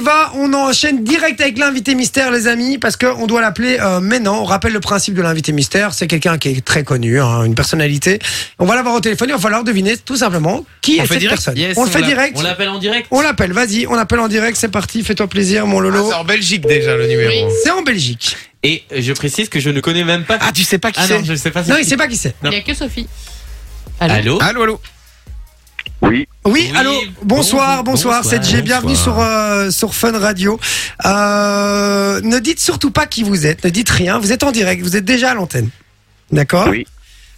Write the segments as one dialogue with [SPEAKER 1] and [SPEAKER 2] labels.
[SPEAKER 1] va, on enchaîne direct avec l'invité mystère, les amis, parce qu'on doit l'appeler euh, maintenant. On rappelle le principe de l'invité mystère. C'est quelqu'un qui est très connu, hein, une personnalité. On va l'avoir au téléphone et on va leur deviner tout simplement qui
[SPEAKER 2] On
[SPEAKER 1] est
[SPEAKER 2] fait
[SPEAKER 1] cette
[SPEAKER 2] direct
[SPEAKER 1] personne.
[SPEAKER 2] Yes,
[SPEAKER 1] on le fait
[SPEAKER 2] l'a-
[SPEAKER 1] direct.
[SPEAKER 2] On l'appelle en direct
[SPEAKER 1] On l'appelle, vas-y, on appelle en direct, c'est parti, fais-toi plaisir, mon Lolo.
[SPEAKER 3] c'est
[SPEAKER 2] Ah,
[SPEAKER 3] en Belgique déjà le numéro.
[SPEAKER 1] c'est en Belgique.
[SPEAKER 2] Et je précise que je ne connais même pas.
[SPEAKER 3] Ah, tu sais pas qui
[SPEAKER 2] Ah
[SPEAKER 3] c'est
[SPEAKER 2] non, je sais pas. c'est
[SPEAKER 1] Non, il
[SPEAKER 2] qui.
[SPEAKER 1] sait pas qui c'est.
[SPEAKER 2] Non.
[SPEAKER 4] Il n'y a que Sophie.
[SPEAKER 2] Allô
[SPEAKER 3] Allô, allô.
[SPEAKER 5] Oui,
[SPEAKER 1] Oui,
[SPEAKER 2] Oui,
[SPEAKER 1] allô, bonsoir,
[SPEAKER 2] bonsoir,
[SPEAKER 1] bonsoir, c'est Jay, bienvenue sur, euh, sur Fun Radio. Euh, ne dites surtout pas qui vous êtes, ne dites rien, vous êtes en direct, vous êtes déjà à l'antenne. D'accord
[SPEAKER 5] Oui.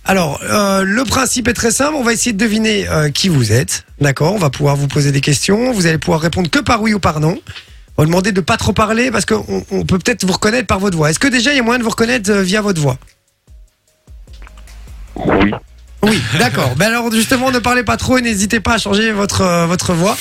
[SPEAKER 1] Alors, euh, le principe est très simple, on va essayer de deviner euh, qui vous êtes. D'accord On va pouvoir vous poser des questions, vous allez pouvoir répondre que par oui ou par non. On va demander de pas trop parler parce qu'on on peut peut-être vous reconnaître par votre voix. Est-ce que déjà il y a moyen de vous reconnaître euh, via votre voix
[SPEAKER 5] oui.
[SPEAKER 1] Oui, d'accord. Ben alors justement, ne parlez pas trop et n'hésitez pas à changer votre euh, votre voix.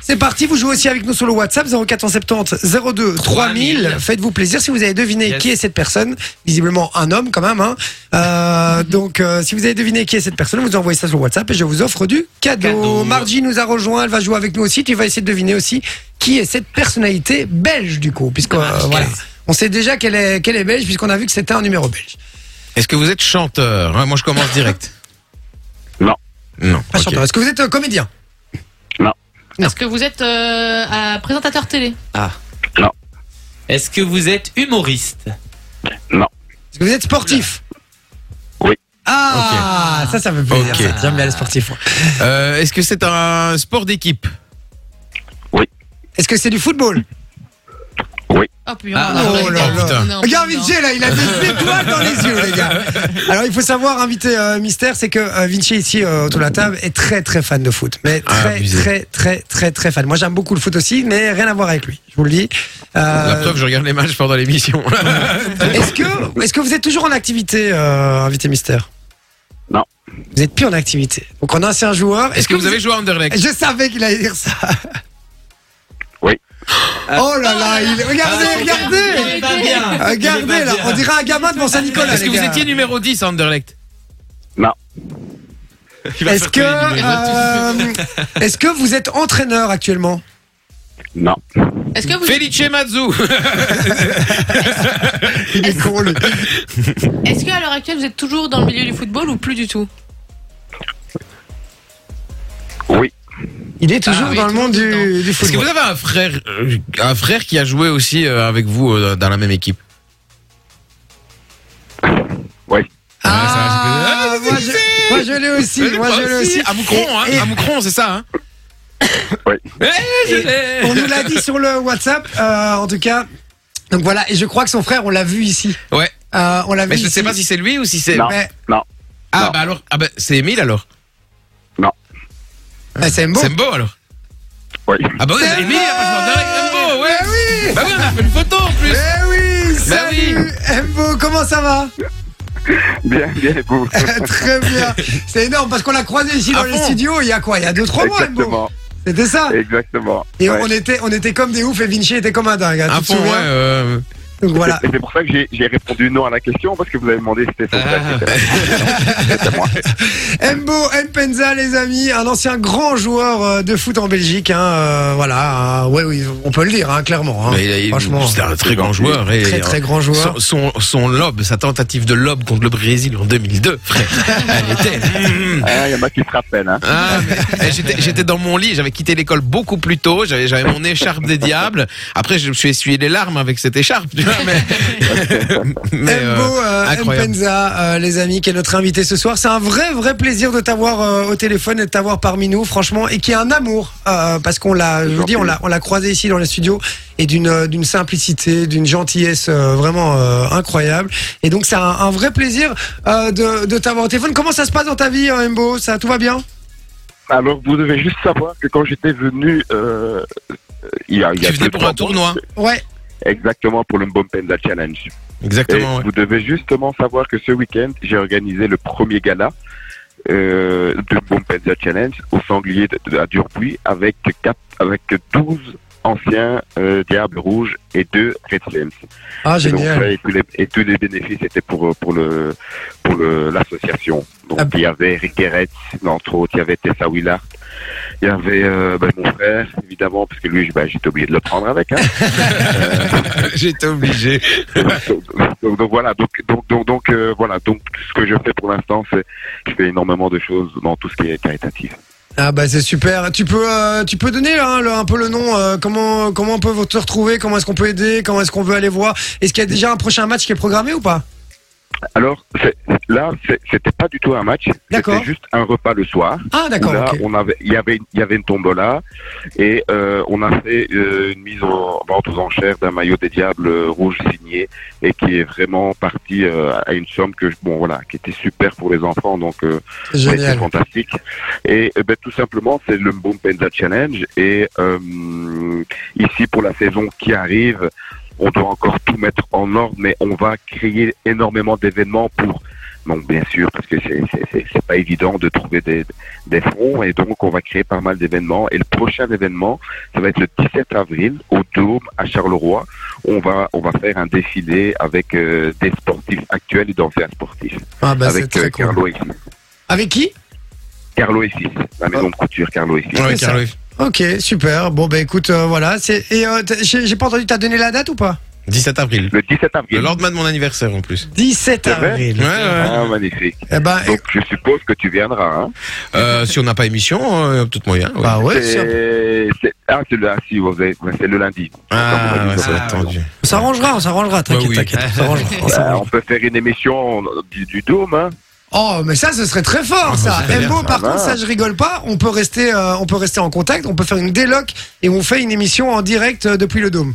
[SPEAKER 1] C'est parti, vous jouez aussi avec nous sur le WhatsApp 0470 02 3000. Faites-vous plaisir si vous avez deviné
[SPEAKER 2] Yes.
[SPEAKER 1] qui est cette personne, visiblement un homme quand même. Hein. Euh, donc euh, si vous avez deviné qui est cette personne, vous envoyez ça sur le WhatsApp et je vous offre du cadeau.
[SPEAKER 2] Cadeau.
[SPEAKER 1] Margie nous a rejoint, elle va jouer avec nous aussi. Tu vas essayer de deviner aussi qui est cette personnalité belge du coup, puisque euh, voilà, on sait déjà qu'elle est qu'elle est belge puisqu'on a vu que c'était un numéro belge.
[SPEAKER 3] Est-ce que vous êtes chanteur Hein, Moi, je commence direct.
[SPEAKER 5] Non.
[SPEAKER 3] Non.
[SPEAKER 1] Pas
[SPEAKER 3] ok.
[SPEAKER 1] chanteur. Est-ce que vous êtes un comédien?
[SPEAKER 4] Est-ce que vous êtes euh, un présentateur télé
[SPEAKER 2] Ah.
[SPEAKER 5] Non.
[SPEAKER 2] Est-ce que vous êtes humoriste
[SPEAKER 1] Est-ce que vous êtes sportif
[SPEAKER 5] Oui.
[SPEAKER 1] Ah, ça, ça me fait plaisir.
[SPEAKER 3] Ok.
[SPEAKER 1] ça. J'aime bien les sportifs. ouais.
[SPEAKER 3] Euh, Est-ce que c'est un sport d'équipe
[SPEAKER 1] Est-ce que c'est du football
[SPEAKER 4] Oh, puis
[SPEAKER 2] Ah,
[SPEAKER 1] oh là là. Regarde Vinci, là, il a des étoiles dans les yeux, les gars. Alors, il faut savoir, invité euh, mystère, c'est que euh, Vinci, ici, euh, autour de la table, est très, très fan de foot. Mais
[SPEAKER 3] Ah,
[SPEAKER 1] très,
[SPEAKER 3] abusé.
[SPEAKER 1] très, très, très, très fan. Moi, j'aime beaucoup le foot aussi, mais rien à voir avec lui. Je vous le dis.
[SPEAKER 3] La
[SPEAKER 1] Euh,
[SPEAKER 3] preuve, je regarde les matchs pendant l'émission.
[SPEAKER 1] est-ce que, est-ce que vous êtes toujours en activité, euh, invité mystère
[SPEAKER 5] Non.
[SPEAKER 1] Vous êtes plus en activité. Donc, en ancien joueur.
[SPEAKER 3] Est-ce que vous avez joué à Underleg
[SPEAKER 1] Je savais qu'il allait dire ça.
[SPEAKER 5] Oui.
[SPEAKER 1] Oh là là, il... regardez,
[SPEAKER 2] Ah, il est
[SPEAKER 1] regardez
[SPEAKER 2] pas bien. Il est
[SPEAKER 1] Regardez
[SPEAKER 2] pas
[SPEAKER 1] là,
[SPEAKER 2] bien.
[SPEAKER 1] on dirait un gamin de Mont-Saint-Nicolas.
[SPEAKER 3] Est-ce que
[SPEAKER 1] les
[SPEAKER 3] vous
[SPEAKER 1] gars.
[SPEAKER 3] étiez numéro 10 à Anderlecht
[SPEAKER 2] Il va
[SPEAKER 1] Est-ce
[SPEAKER 2] faire
[SPEAKER 1] que,
[SPEAKER 2] tous les numéros.
[SPEAKER 1] euh, est-ce que vous êtes entraîneur actuellement
[SPEAKER 5] Non.
[SPEAKER 4] Est-ce que vous
[SPEAKER 3] Felice Mazzu
[SPEAKER 1] Il est con lui.
[SPEAKER 4] est-ce que à l'heure actuelle vous êtes toujours dans le milieu du football ou plus du tout
[SPEAKER 5] Oui.
[SPEAKER 1] Il est toujours
[SPEAKER 4] Ah oui,
[SPEAKER 1] dans le monde
[SPEAKER 4] toujours
[SPEAKER 1] du, du
[SPEAKER 3] Est-ce que vous
[SPEAKER 1] football.
[SPEAKER 3] avez un frère, euh, un frère qui a joué aussi euh, avec vous euh, dans la même équipe
[SPEAKER 1] Ah,
[SPEAKER 3] Ouais, ça, je-
[SPEAKER 1] moi je, moi, je l'ai aussi, moi je l'ai aussi.
[SPEAKER 3] Euh, bah, À Moucron, hein
[SPEAKER 1] Et- et-
[SPEAKER 3] À Moucron, c'est ça, hein
[SPEAKER 5] Oui.
[SPEAKER 3] Eh, je
[SPEAKER 1] On
[SPEAKER 3] l'ai
[SPEAKER 1] nous l'a dit sur le WhatsApp, euh, en tout cas. Donc voilà, et je crois que son frère, on l'a vu ici.
[SPEAKER 3] Ouais.
[SPEAKER 1] Euh, on l'a vu
[SPEAKER 3] Mais je ne
[SPEAKER 1] ici.
[SPEAKER 3] sais pas si c'est lui ou si c'est.
[SPEAKER 5] Non.
[SPEAKER 1] Mais-
[SPEAKER 3] Ah,
[SPEAKER 5] Non.
[SPEAKER 3] bah alors, ah bah, c'est Emile alors
[SPEAKER 1] Ah, c'est beau.
[SPEAKER 3] C'est Mbo alors
[SPEAKER 5] Oui.
[SPEAKER 3] Ah bah oui,
[SPEAKER 1] C'est
[SPEAKER 3] Emile,
[SPEAKER 1] Mbo
[SPEAKER 3] moi, je m'en
[SPEAKER 1] Mais Eh oui
[SPEAKER 3] Bah oui, on a fait une photo en plus
[SPEAKER 1] Eh oui
[SPEAKER 3] Bah oui.
[SPEAKER 1] Salut Mbo, comment ça va Eh,
[SPEAKER 5] Bien, bien, et vous.
[SPEAKER 1] Très bien C'est énorme parce qu'on l'a croisé ici dans
[SPEAKER 3] À
[SPEAKER 1] les
[SPEAKER 3] fond.
[SPEAKER 1] studios il y a quoi Il y a 2-3 mois Mbo
[SPEAKER 5] Exactement.
[SPEAKER 1] C'était ça
[SPEAKER 5] Exactement.
[SPEAKER 1] Et
[SPEAKER 5] Ouais.
[SPEAKER 1] on était, on était comme des oufs et Vinci était comme un dingue. hein,
[SPEAKER 3] À
[SPEAKER 1] tu te
[SPEAKER 3] fond, ouais.
[SPEAKER 1] souviens Oh,
[SPEAKER 3] euh,
[SPEAKER 1] Donc voilà.
[SPEAKER 5] Et c'est pour ça que j'ai- j'ai répondu non à la question parce que vous avez demandé si c'était son frère.
[SPEAKER 2] Ah.
[SPEAKER 5] qui était là. C'était moi.
[SPEAKER 1] Mbo Mpenza, les amis, un ancien grand joueur euh, de foot en Belgique. Hein, euh, voilà, euh, ouais, oui, on peut le dire, hein, clairement. hein.
[SPEAKER 3] mais il a- il-
[SPEAKER 1] Franchement,
[SPEAKER 3] c'est un très grand joueur. Et, euh,
[SPEAKER 1] très très grand joueur.
[SPEAKER 3] Son, son, son lobe, sa tentative de lobe contre le Brésil en 2002, frère. Elle était. Mm.
[SPEAKER 5] Ah, Il y en a qui se rappellent. Hein.
[SPEAKER 3] Ah, mais- eh, j'étais- J'étais dans mon lit, j'avais quitté l'école beaucoup plus tôt, j'avais j'avais mon écharpe des diables. Après, je me suis essuyé les larmes avec cette écharpe, tu vois, mais. mais, euh,
[SPEAKER 1] Mbo euh,
[SPEAKER 3] incroyable.
[SPEAKER 1] Mpenza, euh, les amis, qui est notre invité ce soir. C'est un vrai, vrai plaisir de t'avoir euh, au téléphone et de t'avoir parmi nous, franchement, et qui est un amour, euh, parce qu'on l'a, je vous dis, on l'a, on l'a croisé ici dans les studios, et d'une, euh, d'une simplicité, d'une gentillesse euh, vraiment euh, incroyable. Et donc, c'est un, un vrai plaisir euh, de, de t'avoir au téléphone. Comment ça se passe dans ta vie, euh, Mbo Ça, tout va bien
[SPEAKER 5] Alors, vous devez juste savoir que quand j'étais venu. Euh, il y a, il y a
[SPEAKER 3] Tu venais
[SPEAKER 5] deux,
[SPEAKER 3] pour
[SPEAKER 5] trois
[SPEAKER 3] un tournoi.
[SPEAKER 1] Ouais.
[SPEAKER 5] Exactement, pour le Mbompenza Challenge. Et
[SPEAKER 3] Exactement, ouais.
[SPEAKER 5] vous devez justement savoir que ce week-end, j'ai organisé le premier gala euh, de Bompenza Challenge au Sanglier de, de- à Durbuy avec, quatre- avec 12 anciens euh, Diables Rouges et deux Red Flames.
[SPEAKER 1] Ah,
[SPEAKER 5] Et, donc,
[SPEAKER 1] génial.
[SPEAKER 5] ça, et tous les, et tous les bénéfices étaient pour, euh, pour, le, pour le- l'association. Donc
[SPEAKER 1] Ah bon
[SPEAKER 5] il y avait Rick Guéret, entre autres, il y avait Tessa Willard, il y avait euh, ben, mon frère, évidemment, parce que lui, ben, j'étais obligé de le prendre avec. Hein.
[SPEAKER 3] J'étais obligé.
[SPEAKER 5] donc, donc- donc voilà, donc donc donc, donc, euh, voilà, donc ce que je fais pour l'instant, c'est je fais énormément de choses dans tout ce qui est caritatif.
[SPEAKER 1] Ah bah c'est super. Tu peux euh, tu peux donner hein, le- un peu le nom. euh, comment comment on peut vous- te retrouver Comment est-ce qu'on peut aider Comment est-ce qu'on veut aller voir Est-ce qu'il y a déjà un prochain match qui est programmé ou pas
[SPEAKER 5] Alors c'est- là, c'est- c'était pas du tout un match,
[SPEAKER 1] D'accord.
[SPEAKER 5] c'était juste un repas le soir.
[SPEAKER 1] Ah
[SPEAKER 5] où
[SPEAKER 1] d'accord.
[SPEAKER 5] là,
[SPEAKER 1] ok.
[SPEAKER 5] on avait, il y avait, une- il y avait une tombola et euh, on a fait euh, une mise en vente aux enchères d'un maillot des diables euh, rouge signé et qui est vraiment parti euh, à une somme que je- bon voilà, qui était super pour les enfants. Donc euh,
[SPEAKER 1] C'est
[SPEAKER 5] Ouais, C'est
[SPEAKER 1] Génial.
[SPEAKER 5] fantastique. Et euh, ben, tout simplement, c'est le Bon Penza Challenge. Et euh, ici, pour la saison qui arrive, on doit encore tout mettre en ordre, mais on va créer énormément d'événements pour. Donc bien sûr, parce que c'est- c'est c'est- c'est pas évident de trouver des, des fonds, et donc on va créer pas mal d'événements. Et le prochain événement, ça va être le 17 avril au Dôme à Charleroi. On va on va faire un défilé avec euh, des sportifs actuels et d'anciens sportifs,
[SPEAKER 1] Ah bah c'est
[SPEAKER 5] avec euh,
[SPEAKER 1] très cool.
[SPEAKER 5] Carlo et fils.
[SPEAKER 1] Avec qui
[SPEAKER 5] Carlo et fils, la maison de couture Carlo et fils.
[SPEAKER 3] Ouais,
[SPEAKER 1] ça.
[SPEAKER 3] Carlo,
[SPEAKER 1] Ok super. Bon bah écoute euh, voilà. C'est et euh, t'as- j'ai j'ai pas entendu. T'as donné la date ou pas
[SPEAKER 3] 17 avril.
[SPEAKER 5] Le 17
[SPEAKER 3] Le
[SPEAKER 5] avril.
[SPEAKER 3] lendemain de mon anniversaire en plus.
[SPEAKER 1] 17
[SPEAKER 5] C'est vrai
[SPEAKER 1] avril.
[SPEAKER 3] Ouais, ouais.
[SPEAKER 5] Ah, magnifique.
[SPEAKER 1] Eh ben
[SPEAKER 5] Donc je suppose que tu viendras. Hein.
[SPEAKER 3] Euh, si on n'a pas émission, euh, tout moyen. ouais.
[SPEAKER 1] bah ouais. ça-
[SPEAKER 5] C'est c'est- ah, c'est le, ah, si, vous avez- ouais, c'est le lundi.
[SPEAKER 3] Ah, ouais,
[SPEAKER 5] Ah,
[SPEAKER 3] c'est
[SPEAKER 5] ouais.
[SPEAKER 3] attendu.
[SPEAKER 1] On s'arrangera, on s'arrangera, t'inquiète,
[SPEAKER 3] oui.
[SPEAKER 1] t'inquiète, on s'arrangera, on
[SPEAKER 5] Ah,
[SPEAKER 1] s'arrangera.
[SPEAKER 5] on peut faire une émission du, du dôme. Hein.
[SPEAKER 1] Oh, mais ça, ce serait très fort,
[SPEAKER 3] Ah,
[SPEAKER 1] ça.
[SPEAKER 3] ça serait bien,
[SPEAKER 1] Mo,
[SPEAKER 3] ça.
[SPEAKER 1] par
[SPEAKER 5] Ah,
[SPEAKER 1] contre, ça,
[SPEAKER 5] voilà.
[SPEAKER 1] je rigole pas. On peut rester, euh, on peut rester en contact. On peut faire une déloc et on fait une émission en direct euh, depuis le dôme.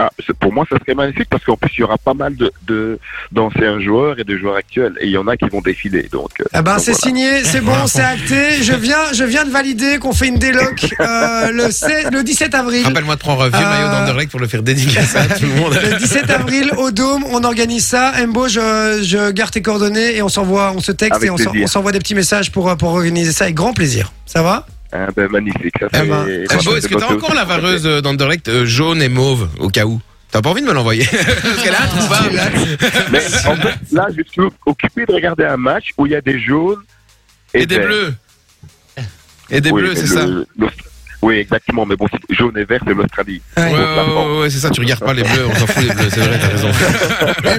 [SPEAKER 5] Ah, c'est- pour moi, ça serait magnifique parce qu'en plus, il y aura pas mal d'anciens de, d'anciens joueurs et de joueurs actuels. Et il y en a qui vont défiler. Donc, euh,
[SPEAKER 1] Eh ben,
[SPEAKER 5] donc
[SPEAKER 1] c'est
[SPEAKER 5] voilà.
[SPEAKER 1] signé, c'est bon, c'est acté. Je viens, je viens de valider qu'on fait une déloc euh, le, 16 le 17 avril.
[SPEAKER 3] Rappelle-moi de prendre un vieux
[SPEAKER 1] Euh,
[SPEAKER 3] maillot d'Anderlecht pour le faire dédicacer à tout le monde.
[SPEAKER 1] Le 17 avril au Dôme, on organise ça. Mbo, je, je garde tes coordonnées et on s'envoie, on se texte
[SPEAKER 5] Avec
[SPEAKER 1] et on s'en-
[SPEAKER 5] plaisir.
[SPEAKER 1] on s'envoie des petits messages pour, euh, pour organiser ça avec grand plaisir. Ça va
[SPEAKER 5] Ah, ben, magnifique. Ça, c'est-
[SPEAKER 1] ben,
[SPEAKER 5] voilà,
[SPEAKER 3] Eh, Beau,
[SPEAKER 5] c'est
[SPEAKER 3] est-ce que
[SPEAKER 5] beau
[SPEAKER 3] t'as
[SPEAKER 5] tout.
[SPEAKER 3] encore la vareuse euh, d'Anderlecht euh, jaune et mauve au cas où T'as pas envie de me l'envoyer Parce qu'elle est introuvable.
[SPEAKER 5] Mais en fait, là, je suis occupé de regarder un match où il y a des jaunes
[SPEAKER 3] Et des bleus. Et des
[SPEAKER 5] Oui,
[SPEAKER 3] bleus,
[SPEAKER 5] mais
[SPEAKER 3] c'est
[SPEAKER 5] le-
[SPEAKER 3] ça.
[SPEAKER 5] l'Aust- Oui, exactement. Mais bon, c'est- jaune et vert, c'est l'Australie.
[SPEAKER 3] Ouais,
[SPEAKER 5] Contre la
[SPEAKER 3] ouais,
[SPEAKER 5] France.
[SPEAKER 3] ouais, ouais, c'est ça, tu regardes pas les bleus, on s'en fout les bleus, c'est vrai, t'as raison.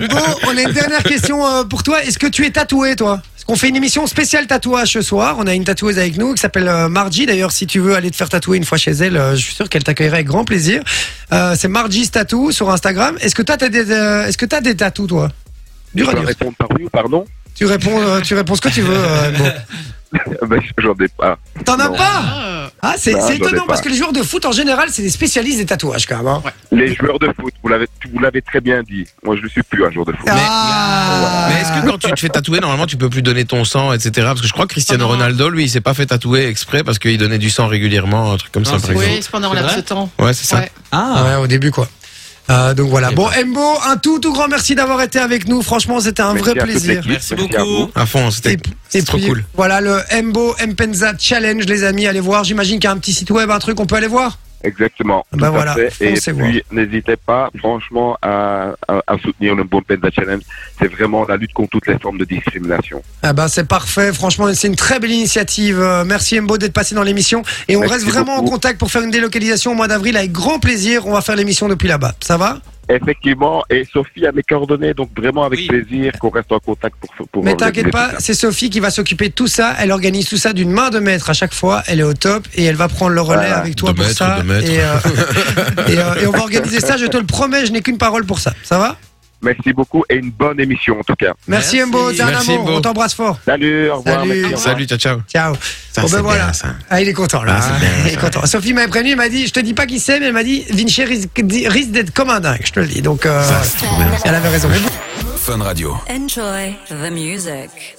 [SPEAKER 1] Mbo, on a une dernière question euh, pour toi. Est-ce que tu es tatoué, toi Parce qu'on fait une émission spéciale tatouage ce soir. On a une tatoueuse avec nous qui s'appelle euh, Margie. D'ailleurs, si tu veux aller te faire tatouer une fois chez elle, euh, je suis sûr qu'elle t'accueillera avec grand plaisir. Euh, c'est Margie's Tattoo sur Instagram. Est-ce que t'as t'as des, euh, est-ce que t'as des tatous, toi
[SPEAKER 5] Je
[SPEAKER 1] Dur à
[SPEAKER 5] dois
[SPEAKER 1] dire.
[SPEAKER 5] répondre par oui ou par non
[SPEAKER 1] Tu réponds, euh, tu réponds ce que tu veux. euh, Mbo.
[SPEAKER 5] Ben, J'en ai pas.
[SPEAKER 1] T'en as
[SPEAKER 5] Non.
[SPEAKER 1] pas
[SPEAKER 4] Ah,
[SPEAKER 1] Ah, c'est
[SPEAKER 5] Non,
[SPEAKER 1] c'est
[SPEAKER 5] j'en ai
[SPEAKER 1] étonnant
[SPEAKER 5] pas.
[SPEAKER 1] parce que les joueurs de foot en général, c'est des spécialistes des tatouages quand même. hein.
[SPEAKER 5] Les joueurs de foot, vous l'avez vous l'avez très bien dit. Moi, je ne suis plus un joueur de foot.
[SPEAKER 1] Ah.
[SPEAKER 3] Mais est-ce que quand tu te fais tatouer, normalement, tu peux plus donner ton sang, etc. Parce que je crois que Cristiano
[SPEAKER 4] Oh non.
[SPEAKER 3] Ronaldo, lui, il s'est pas fait tatouer exprès parce qu'il donnait du sang régulièrement, un truc comme ça,
[SPEAKER 2] Non,
[SPEAKER 3] par
[SPEAKER 2] c'est-
[SPEAKER 3] exemple.
[SPEAKER 4] Ah, oui, c'est pendant
[SPEAKER 2] C'est
[SPEAKER 4] laps
[SPEAKER 2] vrai
[SPEAKER 4] de temps.
[SPEAKER 3] Ouais, c'est ça.
[SPEAKER 4] Ouais.
[SPEAKER 2] Ah,
[SPEAKER 1] Ouais, au début quoi. Euh, donc voilà.
[SPEAKER 3] Eh
[SPEAKER 1] Bon, Mbo, un tout tout grand merci d'avoir été avec nous. Franchement, c'était un vrai plaisir.
[SPEAKER 2] merci
[SPEAKER 5] à
[SPEAKER 2] beaucoup.
[SPEAKER 5] vous.
[SPEAKER 3] À fond,
[SPEAKER 1] Et-
[SPEAKER 3] c'était
[SPEAKER 1] et
[SPEAKER 3] c'était trop
[SPEAKER 1] puis,
[SPEAKER 3] cool.
[SPEAKER 1] Voilà le Mbo Mpenza Challenge, les amis. Allez voir. J'imagine qu'il y a un petit site web, un truc, on peut aller voir.
[SPEAKER 5] Exactement.
[SPEAKER 1] Ben
[SPEAKER 3] Bah
[SPEAKER 5] Tout à
[SPEAKER 1] voilà,
[SPEAKER 5] fait. Et
[SPEAKER 1] foncez voir.
[SPEAKER 5] puis, n'hésitez pas, franchement, à, à- à soutenir le Bon Penza Challenge. C'est vraiment la lutte contre toutes les formes de discrimination.
[SPEAKER 1] Ah ben, c'est parfait. Franchement, c'est une très belle initiative. Euh, merci Mbo d'être passé dans l'émission. Et on
[SPEAKER 5] Merci
[SPEAKER 1] reste vraiment en
[SPEAKER 5] beaucoup.
[SPEAKER 1] contact pour faire une délocalisation au mois d'avril avec grand plaisir. On va faire l'émission depuis là-bas. Ça va
[SPEAKER 5] Effectivement, et Sophie a mes coordonnées, donc vraiment avec
[SPEAKER 2] Oui.
[SPEAKER 5] plaisir qu'on reste en contact pour pour
[SPEAKER 1] Mais
[SPEAKER 5] organiser
[SPEAKER 1] t'inquiète
[SPEAKER 5] tout
[SPEAKER 1] pas,
[SPEAKER 5] ça.
[SPEAKER 1] c'est Sophie qui va s'occuper de tout ça. Elle organise tout ça d'une main de maître à chaque fois. Elle est au top et elle va prendre le relais
[SPEAKER 5] Voilà.
[SPEAKER 1] avec toi
[SPEAKER 3] De
[SPEAKER 1] pour
[SPEAKER 3] maître,
[SPEAKER 1] ça.
[SPEAKER 3] de maître.
[SPEAKER 1] Et, euh, et, euh, et on va organiser ça. Je te le promets, je n'ai qu'une parole pour ça. Ça va
[SPEAKER 5] Merci beaucoup et une bonne émission en tout cas.
[SPEAKER 1] Merci,
[SPEAKER 2] Merci.
[SPEAKER 1] Mbo, c'est un
[SPEAKER 3] Merci,
[SPEAKER 1] amour.
[SPEAKER 3] Mbo.
[SPEAKER 1] On t'embrasse fort.
[SPEAKER 5] Salut, au revoir.
[SPEAKER 1] Salut.
[SPEAKER 5] merci, au revoir.
[SPEAKER 3] Salut, ciao, ciao.
[SPEAKER 1] Ciao.
[SPEAKER 3] Ça,
[SPEAKER 1] Bon, ben
[SPEAKER 3] c'est
[SPEAKER 1] voilà.
[SPEAKER 3] bien, ça.
[SPEAKER 1] Ah, il est content là.
[SPEAKER 3] Ah, c'est
[SPEAKER 1] hein.
[SPEAKER 3] bien,
[SPEAKER 1] il est content. Sophie m'avait prévenu, elle m'a dit, je te dis pas qui c'est, mais elle m'a dit, Vinci risque, di- risque d'être comme un dingue, je te le dis. Donc, euh, elle avait raison. Mais bon.
[SPEAKER 6] Enjoy the music.